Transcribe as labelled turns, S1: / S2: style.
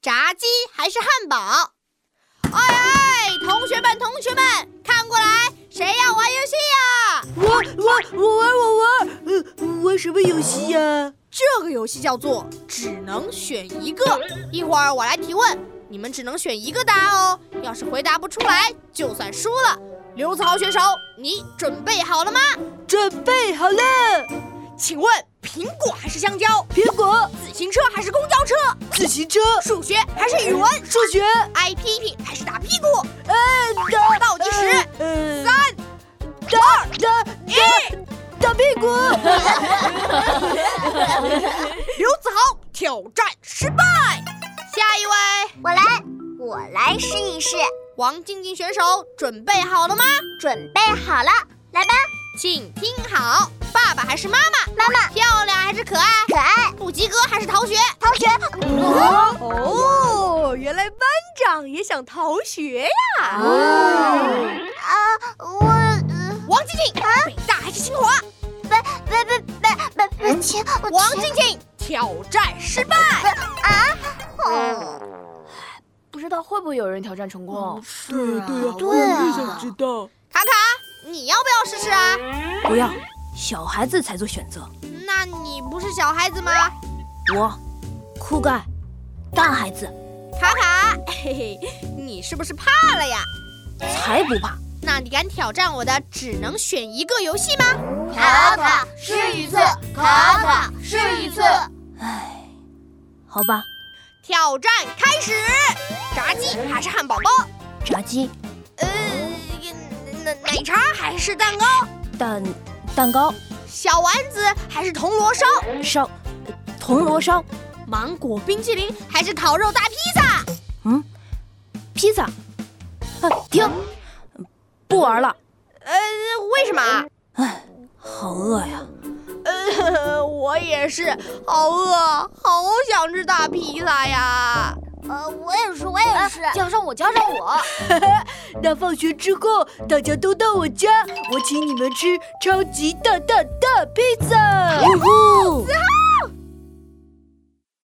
S1: 炸鸡还是汉堡？哎哎，同学们，同学们，看过来，谁要玩游戏呀、
S2: 我我我玩我玩，呃，玩什么游戏呀、
S1: 这个游戏叫做只能选一个，一会儿我来提问，你们只能选一个答案哦。要是回答不出来，就算输了。刘曹选手，你准备好了吗？
S2: 准备好了，
S1: 请问苹果还是香蕉？
S2: 苹果、
S1: 自行车还是公交车？
S2: 自行车、
S1: 数学还是语文？
S2: 数学、呃
S1: 挨批评还是打屁股？
S2: 打
S1: 倒计时，
S2: 呃，
S1: 三
S2: 打打打打屁股，
S1: 刘子豪挑战失败。下一位
S3: 我来，我来试一试，
S1: 王静静选手准备好了吗？
S3: 准备好了，来吧，
S1: 请听好，爸爸还是妈妈？
S3: 妈妈，
S1: 漂亮还是可爱？
S3: 可爱
S1: 不及格还是逃学？
S3: 同学，
S4: 哦，原来班长也想逃学呀！
S3: 啊，我，呃
S1: 王静静，北大还是清华？
S3: 不不不不不，啊亲，嗯我
S1: 王
S3: 亲
S1: 静静挑战失败。
S3: 哦
S4: 不知道会不会有人挑战成功？
S2: 对对呀，我
S3: 对啊
S2: 也想知道。
S1: 卡卡，你要不要试试啊？
S4: 不要，小孩子才做选择。
S1: 那你不是小孩子吗？
S4: 我，酷盖，大孩子
S1: 卡卡，嘿嘿，你是不是怕了呀？
S4: 才不怕。
S1: 那你敢挑战我的只能选一个游戏吗？
S3: 卡卡试一次，卡卡试一次，
S4: 好吧，
S1: 挑战开始，炸鸡还是汉堡包？
S4: 炸鸡、
S1: 呃，奶奶茶还是蛋糕？
S4: 蛋、蛋糕、
S1: 小丸子还是铜锣烧？
S4: 烧、铜锣烧、
S1: 芒果冰淇淋还是烤肉大披萨？
S4: 披萨。啊，停！不玩了，
S1: 呃，为什么？
S4: 好饿呀！
S1: 呃， 我也是，好饿，好想吃大披萨呀！
S3: 呃，我也是，我也是，
S4: 叫上我，叫上我！
S2: 那放学之后，大家都到我家，我请你们吃超级大大大披萨。
S4: 呜呼！